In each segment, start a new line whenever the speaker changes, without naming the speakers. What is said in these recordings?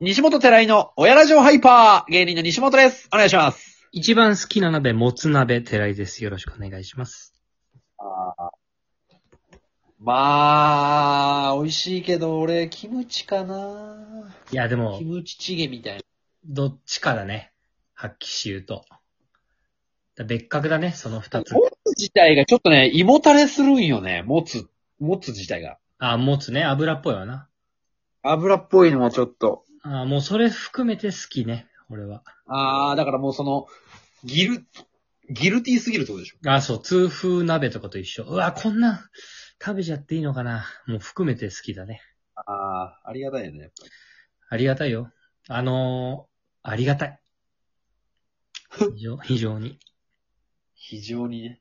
西本寺井の親ラジオハイパー、芸人の西本です。お願いします。
一番好きな鍋、もつ鍋、寺井です。よろしくお願いします。
まあ、美味しいけど、俺、キムチかない
や、でも
キ、ムチチゲみたいな。
どっちかだね。発揮し言うと。だ別格だね、その二つ。
もつ自体がちょっとね、胃もたれするんよね。もつ、もつ自体が。
あ、もつね、油っぽいわな。
油っぽいのもちょっと。
あ、もうそれ含めて好きね、俺は。
あー、だからもうその、ギル、ギルティーすぎるってことでしょ。
あ、そう、痛風鍋とかと一緒。うわ、こんなん食べちゃっていいのかな。もう含めて好きだね。
あー、ありがたいよね。
ありがたいよ。あのー、ありがたい。非常非常に。
非常にね。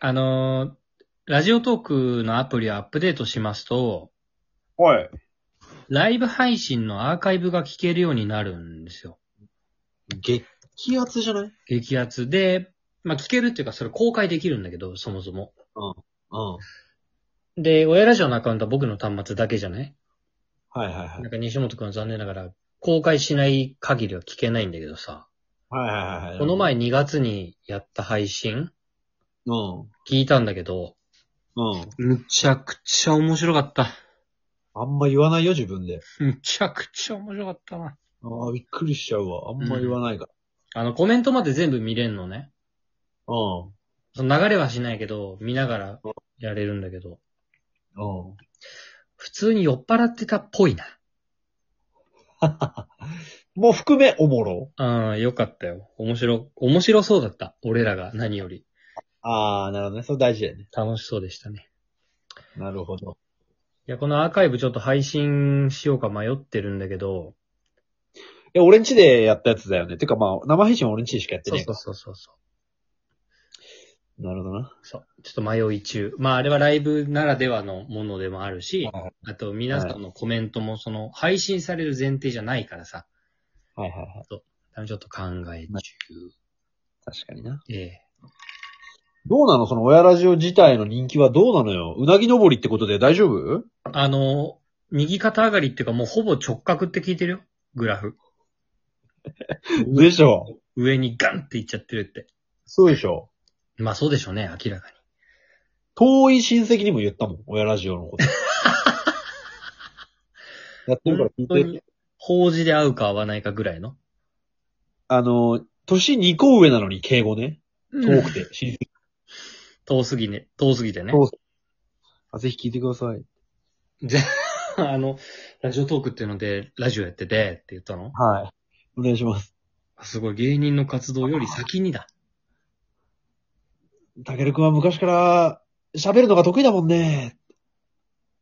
あのー、ラジオトークのアプリをアップデートしますと、
はい。
ライブ配信のアーカイブが聞けるようになるんですよ。
激圧じゃないうん。
激アツで、まあ、聞けるっていうか、それ公開できるんだけど、そもそも。で、親ラジオのアカウントは僕の端末だけじゃない
はいはいはい
なんか西本くんは残念ながら、公開しない限りは聞けないんだけどさ。
はいはいはい。
この前2月にやった配信、
うん。
聞いたんだけど、
うん。
むちゃくちゃ面白かった。
あんま言わないよ、自分で。
むちゃくちゃ面白かったな。
ああ、びっくりしちゃうわ。あんま言わないか
あの、コメントまで全部見れんのね。
ら。うん。
その流れはしないけど、見ながらやれるんだけど、
うん。
普通に酔っ払ってたっぽいな。
もう含め、おもろ。
ああ、よかったよ。面白、面白そうだった。俺らが何より。
ああ、なるほどね。それ大事だよね。
楽しそうでしたね。
なるほど。
いや、このアーカイブちょっと配信しようか迷ってるんだけど、
え、俺んちでやったやつだよね。てかまあ、生配信は俺んちでしかやって
そ
な
う
い
そ
か
うそうそうそ
ら。なるほどな。
う。そう。ちょっと迷い中。まあ、あれはライブならではのものでもあるし、
はい
あと皆さんのコメントもその、配信される前提じゃないからさ、
はいはいはい。
ちょっと考え中。
確かにな。
ええ。
どうなのその親ラジオ自体の人気はどうなのようなぎ登りってことで大丈夫
あの、右肩上がりっていうかもうほぼ直角って聞いてるよ。グラ フ。
でしょ。
上にガンっていっちゃってるって。
そうでしょ。
まあそうでしょうね、明らかに。
遠い親戚にも言ったもん。親ラジオの こと。やってるから聞い
本当
て。
に、法事で合うか合わないかぐらいの。
あの、年2個上なのに敬語ね。遠くて、親戚。
遠すぎね、遠すぎてね。
そうあ、ぜひ聞いてください。
であの、ラジオトークっていうので、ラジオやってて、って言ったの
はい。お願いします。
あすごい、芸人の活動より先にだ。
たけるくんは昔から喋るのが得意だもんね。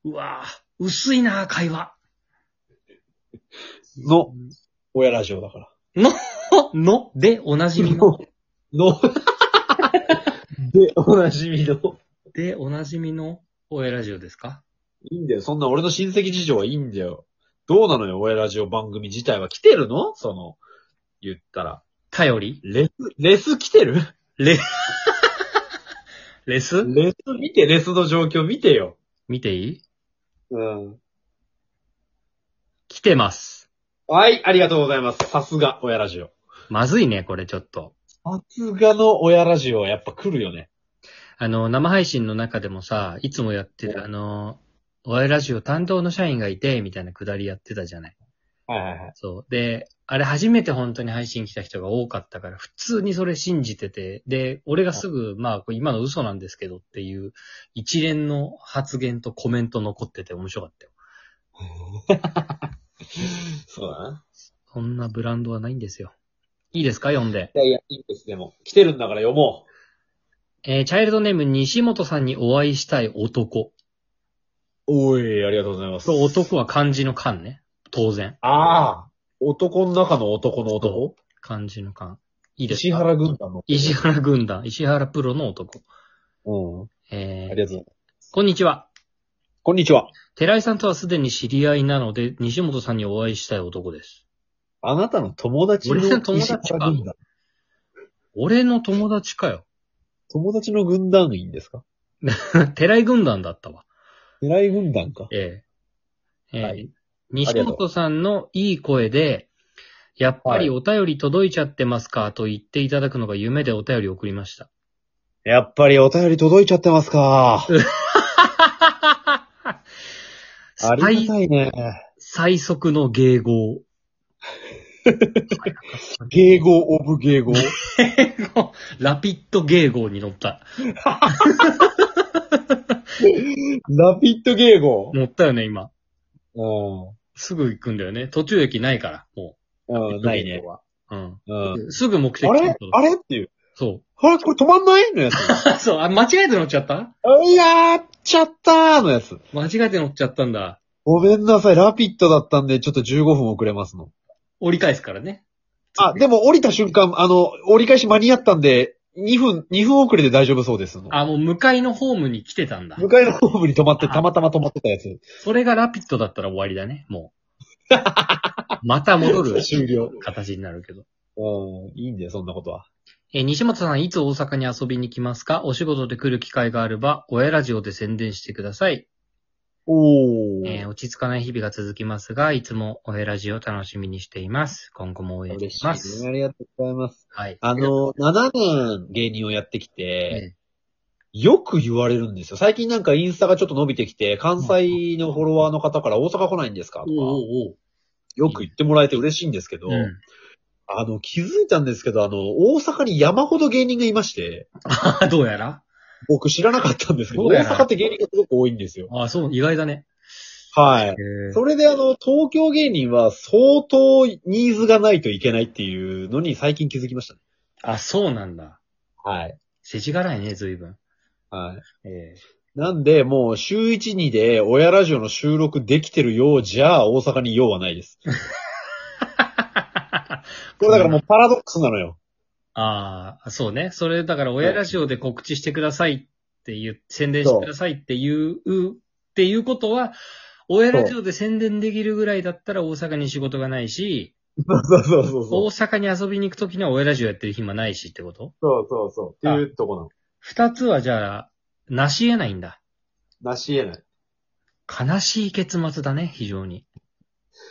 うわぁ、薄いなぁ、会話。
の、親ラジオだから。
の、で、おなじみの。
の、 で、おなじみの。
で、おなじみの、親ラジオですか
いいんだよ。そんな俺の親戚事情はいいんだよ。どうなのよ、親ラジオ番組自体は来てるのその、言ったら。
頼り
レス、レス来てる
レス
レス見て、レスの状況見てよ。
見ていい
うん。
来てます。
はい、ありがとうございます。さすが、親ラジオ。
まずいね、これちょっと。
さすがの親ラジオはやっぱ来るよね。
あの、生配信の中でもさ、いつもやってる、あの、お笑いラジオ担当の社員がいて、みたいなくだりやってたじゃない。
はいはいはい。
そう。で、あれ初めて本当に配信来た人が多かったから、普通にそれ信じてて、で、俺がすぐ、まあ、これ今の嘘なんですけどっていう、一連の発言とコメント残ってて面白かったよ。
そうだな。
そんなブランドはないんですよ。いいですか読んで。
いやいや、いいんです、でも。来てるんだから読も
えーチャイルドネーム西本さんにお会いしたい男。
う。おい、ありがとうございま
これ男は漢字の漢ね。当然。
ああ。男の中の男の男
漢字の漢。いいですか
石原軍団の。
石原軍団。石原プロの男。
うん。
え
ありが
ー、
とうございます。
こんにちは。
こんにちは。
寺井さんとはすでに知り合いなので、西本さんにお会いしたい男です。
あなたの友達 の
俺の友達か
石原軍団。
俺の友達かよ。
友達の軍団員ですか
寺井軍団だったわ。
狙い軍団か。
ええええ
はい
西本さんのいい声で、やっぱりお便り届いちゃってますかと言っていただくのが夢でお便り送りました。
やっぱりお便り届いちゃってます か。あり
最
がたいね。
最速の迎合。
迎合オブ迎 合。
ラピッド迎合に乗った。
ラピッド迎合。
乗ったよね、今。
う
すぐ行くんだよね。途中駅ないから、も
ん。
う。
うん、ないね。。
うん。
うん。
すぐ目的地
あ
に
れ
到
あれ
達
っていう。
そう。
あれこれ止まんないのやつ。
あ、そう。あ、間違えて乗っちゃった
あやっちゃったーのやつ。
間違えて乗っちゃったんだ。
ごめんなさい、ラピッドだったんで、ちょっと15分遅れますの。
折り返すからね。
あ、でも降りた瞬間、あの、折り返し間に合ったんで、2分、2分遅れで大丈夫そうですの。
あ、もう向かいのホームに来てたんだ。
向かいのホームに止まって、たまたま止まってたやつ。
それがラピッドだったら終わりだね、も う。また戻る
終了。
形になるけど。
うん、いいんだよ、そんなことは。
えー西本さん、いつ大阪に遊びに来ますかお仕事で来る機会があれば、親ラジオで宣伝してください。
お
えー落ち着かない日々が続きますが、いつも親ラジオ楽しみにしています。今後も応援して
嬉
い
しい、
ます。
ね。ありがとうございます。
はい。
あの、7年芸人をやってきて、
え
よく言われるんですよ。最近なんかインスタがちょっと伸びてきて、関西のフォロワーの方から大阪来ないんですかと
ー、
か、
おう
よく言ってもらえて嬉しいんですけど、
おううん。
あの、気づいたんですけど、あの、大阪に山ほど芸人がいまして、
あ、 どうやら
僕知らなかったんですけど、
どうや
大
ら
阪って芸人がすごく多いんですよ。
あ、そう、意外だね。
はい。
え
それであの、東京芸人は相当ニーズがないといけないっていうのに最近気づきましたね。
あ、そうなんだ。
はい。
世知辛いね、随分。
はい。
え
なんで、もう週1、2で親ラジオの収録できてるようじゃ、大阪に用はないです。
ー
これだからもうパラドックスなのよ。
ああ、そうね。それ、だから、親ラジオで告知してくださいっていう、宣伝してくださいっていう、っていうことは、親ラジオで宣伝できるぐらいだったら大阪に仕事がないし、
そうそうそうそ
大
う。
阪に遊びに行くときには親ラジオやってる暇ないしってこと
そうそうそう。っていうとこなの。
二つはじゃあ、なし得ないんだ。
なし得ない。
悲しい結末だね、非 常に。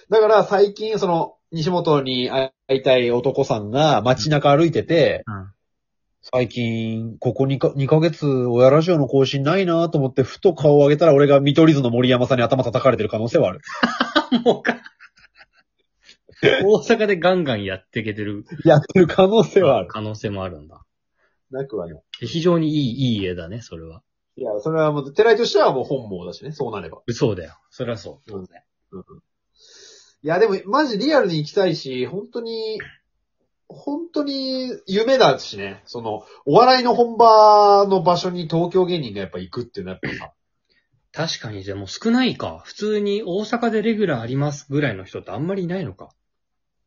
だから最近、その、西本に会いたい男さんが街中歩いてて、
うん。
最近、ここ 2, か2ヶ月、親ラジオの更新ないなと思って、ふと顔を上げたら俺が見取り図の森山さんに頭叩かれてる可能性はある。
もうか。大阪でガンガンやっていけてる
やってる可能性はある。
可能性もあるんだ。
なくはない。
非常にいい、いい絵だね、それは。
いや、それはもう、寺井としてはもう本望だしね、そうなれば。
そうだよ。それはそう。
うんうん、いや、でも、マジリアルに行きたいし、本当に、本当に夢だしね、その、お笑いの本場の場所に東京芸人がやっぱ行くっていうのはやっぱさ、
確かに、でも少ないか。普通に大阪でレギュラーありますぐらいの人ってあんまりいないのか。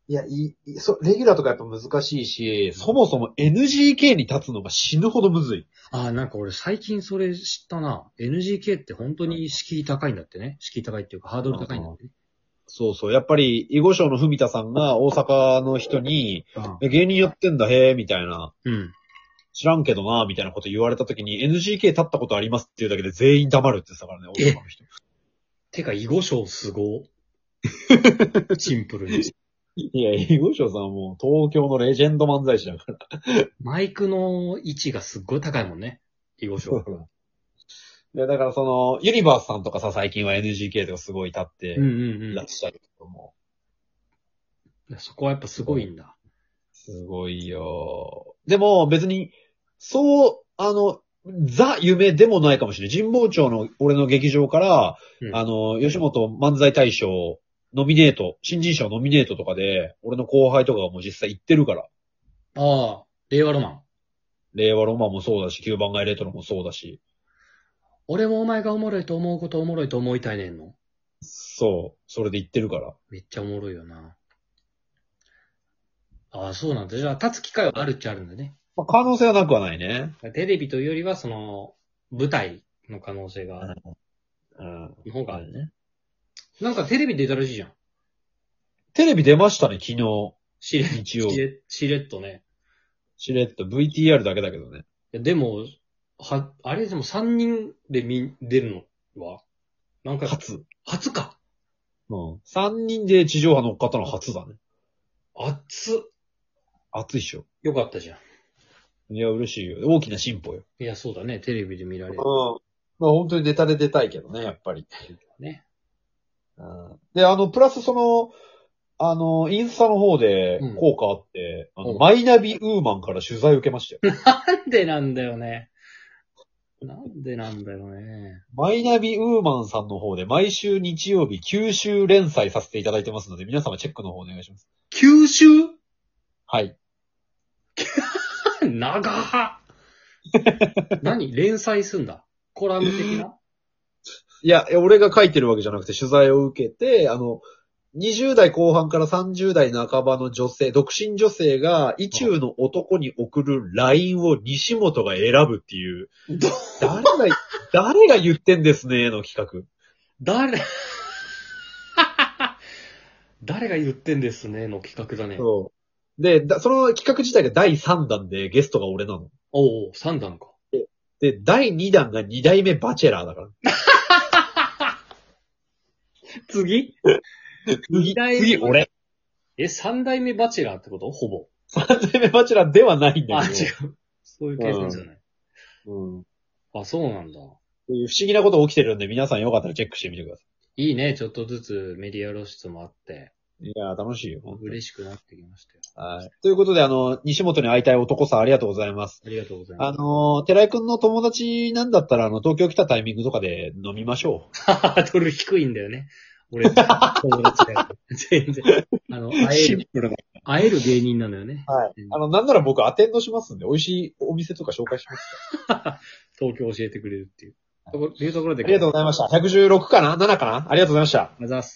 いや、いいそ、レギュラーとかやっぱ難しいし、そもそも NGK に立つのが死ぬほどむずい。
ああ、なんか俺最近それ知ったな。NGK って本当に敷居高いんだってね。敷居高いっていうかハードル高いんだってね。
そうそう。やっぱり、囲碁賞の文田さんが大阪の人に、え芸人やってんだ、へえ、みたいな。
うん。
知らんけどな、みたいなこと言われた時に、NGK 立ったことありますっていうだけで全員黙るって言ってたからね、大阪の人。
てか、囲碁賞す ご。シンプルに。
いや、囲碁賞さんはもう東京のレジェンド漫才師だから。
マイクの位置がすっごい高いもんね。囲碁賞。
いや、だからその、ユニバースさんとかさ、最近は NGK とかすごい立って
うんうん
いうらっしゃるけども。
ん。そこはやっぱすごいんだ。
すごいよ。でも別に、そう、あの、ザ夢でもないかもしれない。神保町の俺の劇場から、
うん
あの、吉本漫才大賞、ノミネート、新人賞ノミネートとかで、俺の後輩とかがもう実際行ってるから。
ああ、令和ロマン。
令和ロマンもそうだし、九番街レトロもそうだし。
俺もお前がおもろいと思うことおもろいと思いたいねんの。
そう。それで行ってるから。
めっちゃおもろいよな。ああ、そうなんだ。じゃあ、立つ機会はあるっちゃあるんだね。
まあ、可能性はなくはないね。
テレビというよりは、その、舞台の可能性が、
うん。
の方がある。
ね。
なんかテレビ出たらしいじゃん。
テレビ出ましたね、昨日。
しれ、
日曜
しれ、しれっとね。
しれっと。VTR だけだけどね。
いやでも、は、あれでも3人で見、出るのはなんか、
初。
初か。
うん。三人で地上波乗っかったの初だね。
熱っ。
熱いっしょ。
よかったじゃん。
いや、嬉しいよ。大きな進歩よ。
いや、そうだね。テレビで見られ
うん
る。。
まあ本当にネタで出たいけどね、やっぱり。
ね。
うんで、あの、プラスその、あの、インスタの方で
うん
効果あって、あ
うん
の、マイナビウーマンから取材受けましたよ。
なんでなんだよね。なんでなんだよね。
マイナビウーマンさんの方で毎週日曜日九州連載させていただいてますので、皆様チェックの方お願いします。
九州
はい。
長は何連載すんだコラム的ない
や、俺が書いてるわけじゃなくて取材を受けて、あの、20代後半から30代半ばの女性、独身女性が、意中の男に送る LINE を西本が選ぶっていう、
ど
誰 が、誰が言ってんですね、の企画。
誰 誰が言ってんですねの企画だね。
そう。で、だその企画自体が第3弾でゲストが俺なの。
おお、3段か。
で、第2弾が2代目バチェラーだから。
次
次、
代目
次俺。
え、3代目バチェラーってことほぼ。
3代目バチェラーではないん
あ、
だけ
違
ど。
う。そういう計算じゃない。
うん。っ
あ、そうなんだ。
ていう不思議なこと起きてるんで、皆さんよかったらチェックしてみてくださ
いいね。ちょっとずつメディア露出もあって、
い。いやー、楽しいよ。本当に
嬉しくなってきましたよ。
はい。ということで、あの、西本に会いたい男さんありがとうございます。
ありがとうござい
あ
ます。
のー、寺井くんの友達なんだったら、あの、東京来たタイミングとかで飲みましょう。
ハードル低いんだよね。俺、友達だよ全然。あの、会える、
プルな。
会える芸人なのよね。
はい。あの、なんなら僕アテンドしますんで、美味しいお店とか紹介します。
東京教えてくれるっていう。とこいうところで。
ありがとうございました。116かな ?7 かなありがとうございました。
ありがとうございます。